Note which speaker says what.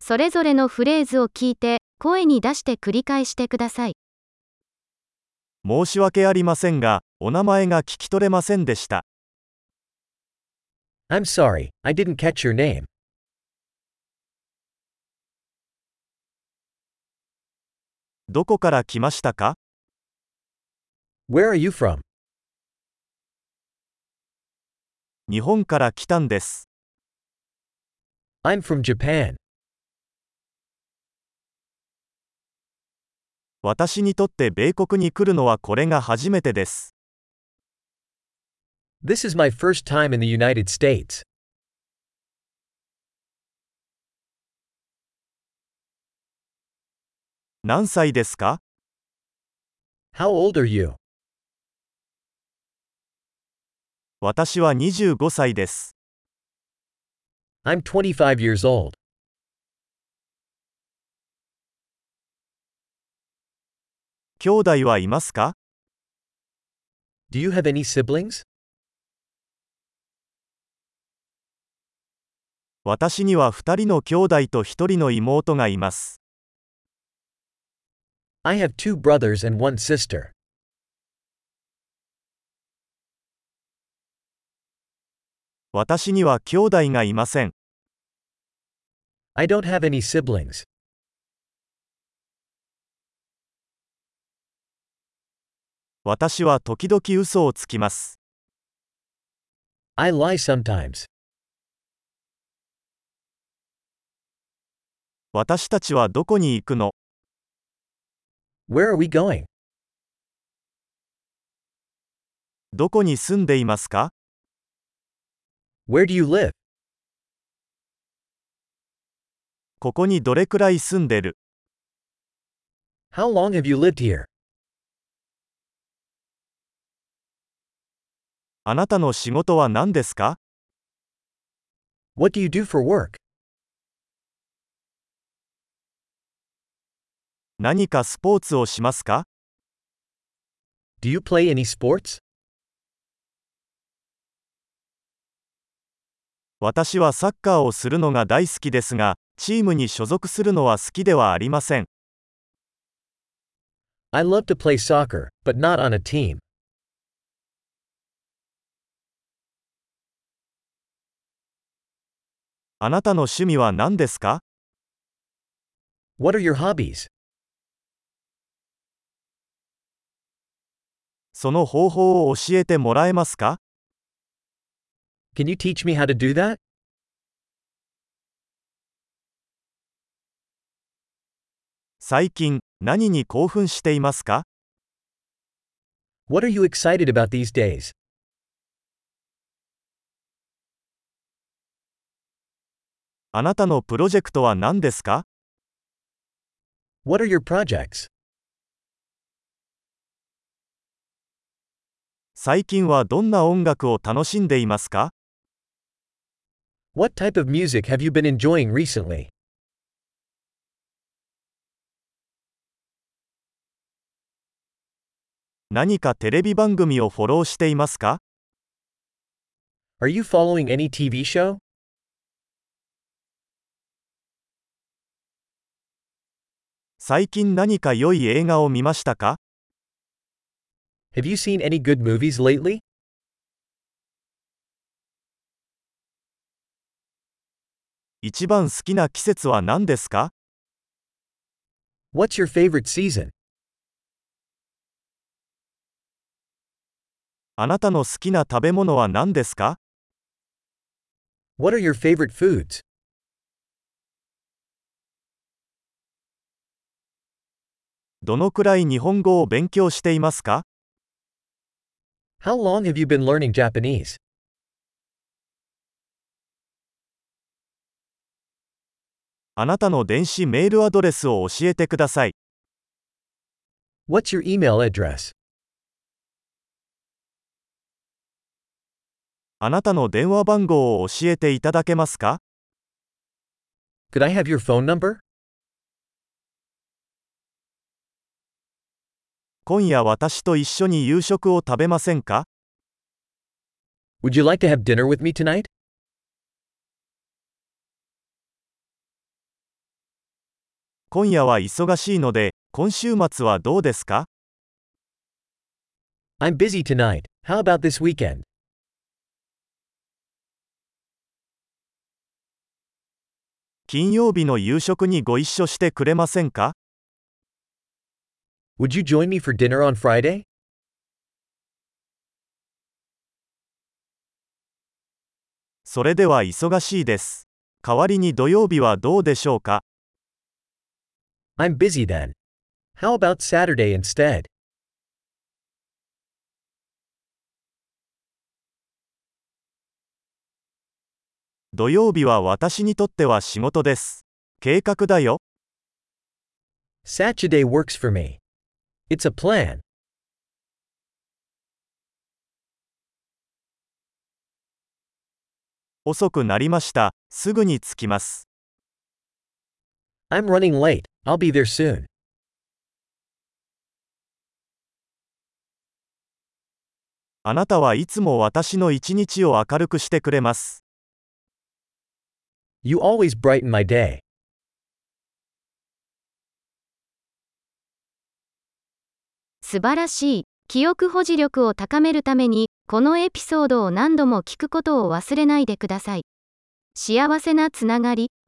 Speaker 1: それぞれのフレーズを聞いて、声に出して繰り返してください。
Speaker 2: 申し訳ありませんが、お名前が聞き取れませんでした。
Speaker 3: I'm sorry, I didn't catch your name.
Speaker 2: どこから来ましたか
Speaker 3: Where are you from?
Speaker 2: 日本から来たんです。
Speaker 3: I'm from Japan.
Speaker 2: 私にとって米国に来るのはこれが初めてです。
Speaker 3: This is my first time in the United States.
Speaker 2: 何歳ですか
Speaker 3: How old are you?
Speaker 2: 私は25歳です。
Speaker 3: I'm 25 years old.
Speaker 2: 兄弟はいますか
Speaker 3: Do you have any siblings?
Speaker 2: 私には2人の兄弟と1人の妹がいます。
Speaker 3: I have two brothers and one sister.
Speaker 2: 私には兄弟がいません。
Speaker 3: I don't have any siblings.
Speaker 2: 私は時々嘘をつきます。
Speaker 3: I lie sometimes.
Speaker 2: 私たちはどこに行くの
Speaker 3: Where are we going?
Speaker 2: どこに住んでいますか
Speaker 3: Where do you live?
Speaker 2: ここにどれくらい住んでる
Speaker 3: How long have you lived here?
Speaker 2: あなたの仕事は何ですか
Speaker 3: What do you do for work?
Speaker 2: 何かスポーツをしますか
Speaker 3: Do you play any sports?
Speaker 2: 私はサッカーをするのが大好きですが、チームに所属するのは好きではありません。
Speaker 3: I love to play soccer, but not on a team.
Speaker 2: あなたの趣味は何ですか
Speaker 3: What are your hobbies?
Speaker 2: その方法を教えてもらえますか
Speaker 3: Can you teach me how to do that?
Speaker 2: 最近、何に興奮していますか
Speaker 3: What are you excited about these days?
Speaker 2: あなたのプロジェクトは何ですか
Speaker 3: What are your projects?
Speaker 2: 最近はどんな音楽を楽しんでいますか
Speaker 3: What type of music have you been enjoying recently?
Speaker 2: 何かテレビ番組をフォローしていますか
Speaker 3: Are you following any TV show?
Speaker 2: 最近何か良い映画を見ましたか
Speaker 3: Have you seen any good movies lately?
Speaker 2: 一番好きな季節は何ですか
Speaker 3: What's your favorite season?
Speaker 2: あなたの好きな食べ物は何ですか
Speaker 3: What are your favorite foods?
Speaker 2: どのくらい日本語を勉強していますか
Speaker 3: How long have you been learning Japanese?
Speaker 2: あなたの電子メールアドレスを教えてください。
Speaker 3: What's your email address?
Speaker 2: あなたの電話番号を教えていただけますか
Speaker 3: Could I have your phone number?
Speaker 2: 今夜私と一緒に夕食を食べませんか
Speaker 3: Would you like to have dinner with me tonight?
Speaker 2: 今夜は忙しいので、今週末はどうですか
Speaker 3: I'm busy tonight. How about this weekend?
Speaker 2: 金曜日の夕食にご一緒してくれませんか
Speaker 3: Would you join me for dinner on Friday?
Speaker 2: それでは忙しいです。代わりに土曜日はどうでしょうか
Speaker 3: I'm busy then. How about Saturday instead?
Speaker 2: 土曜日は私にとっては仕事です。計画だよ。
Speaker 3: Saturday works for me. It's a plan.
Speaker 2: 遅くなりました。すぐに着きます。
Speaker 3: I'm running late. I'll be there soon.
Speaker 2: あなたはいつも私の一日を明るくしてくれます。
Speaker 3: You always brighten my day.
Speaker 1: 素晴らしい。記憶保持力を高めるために、このエピソードを何度も聞くことを忘れないでください。幸せなつながり。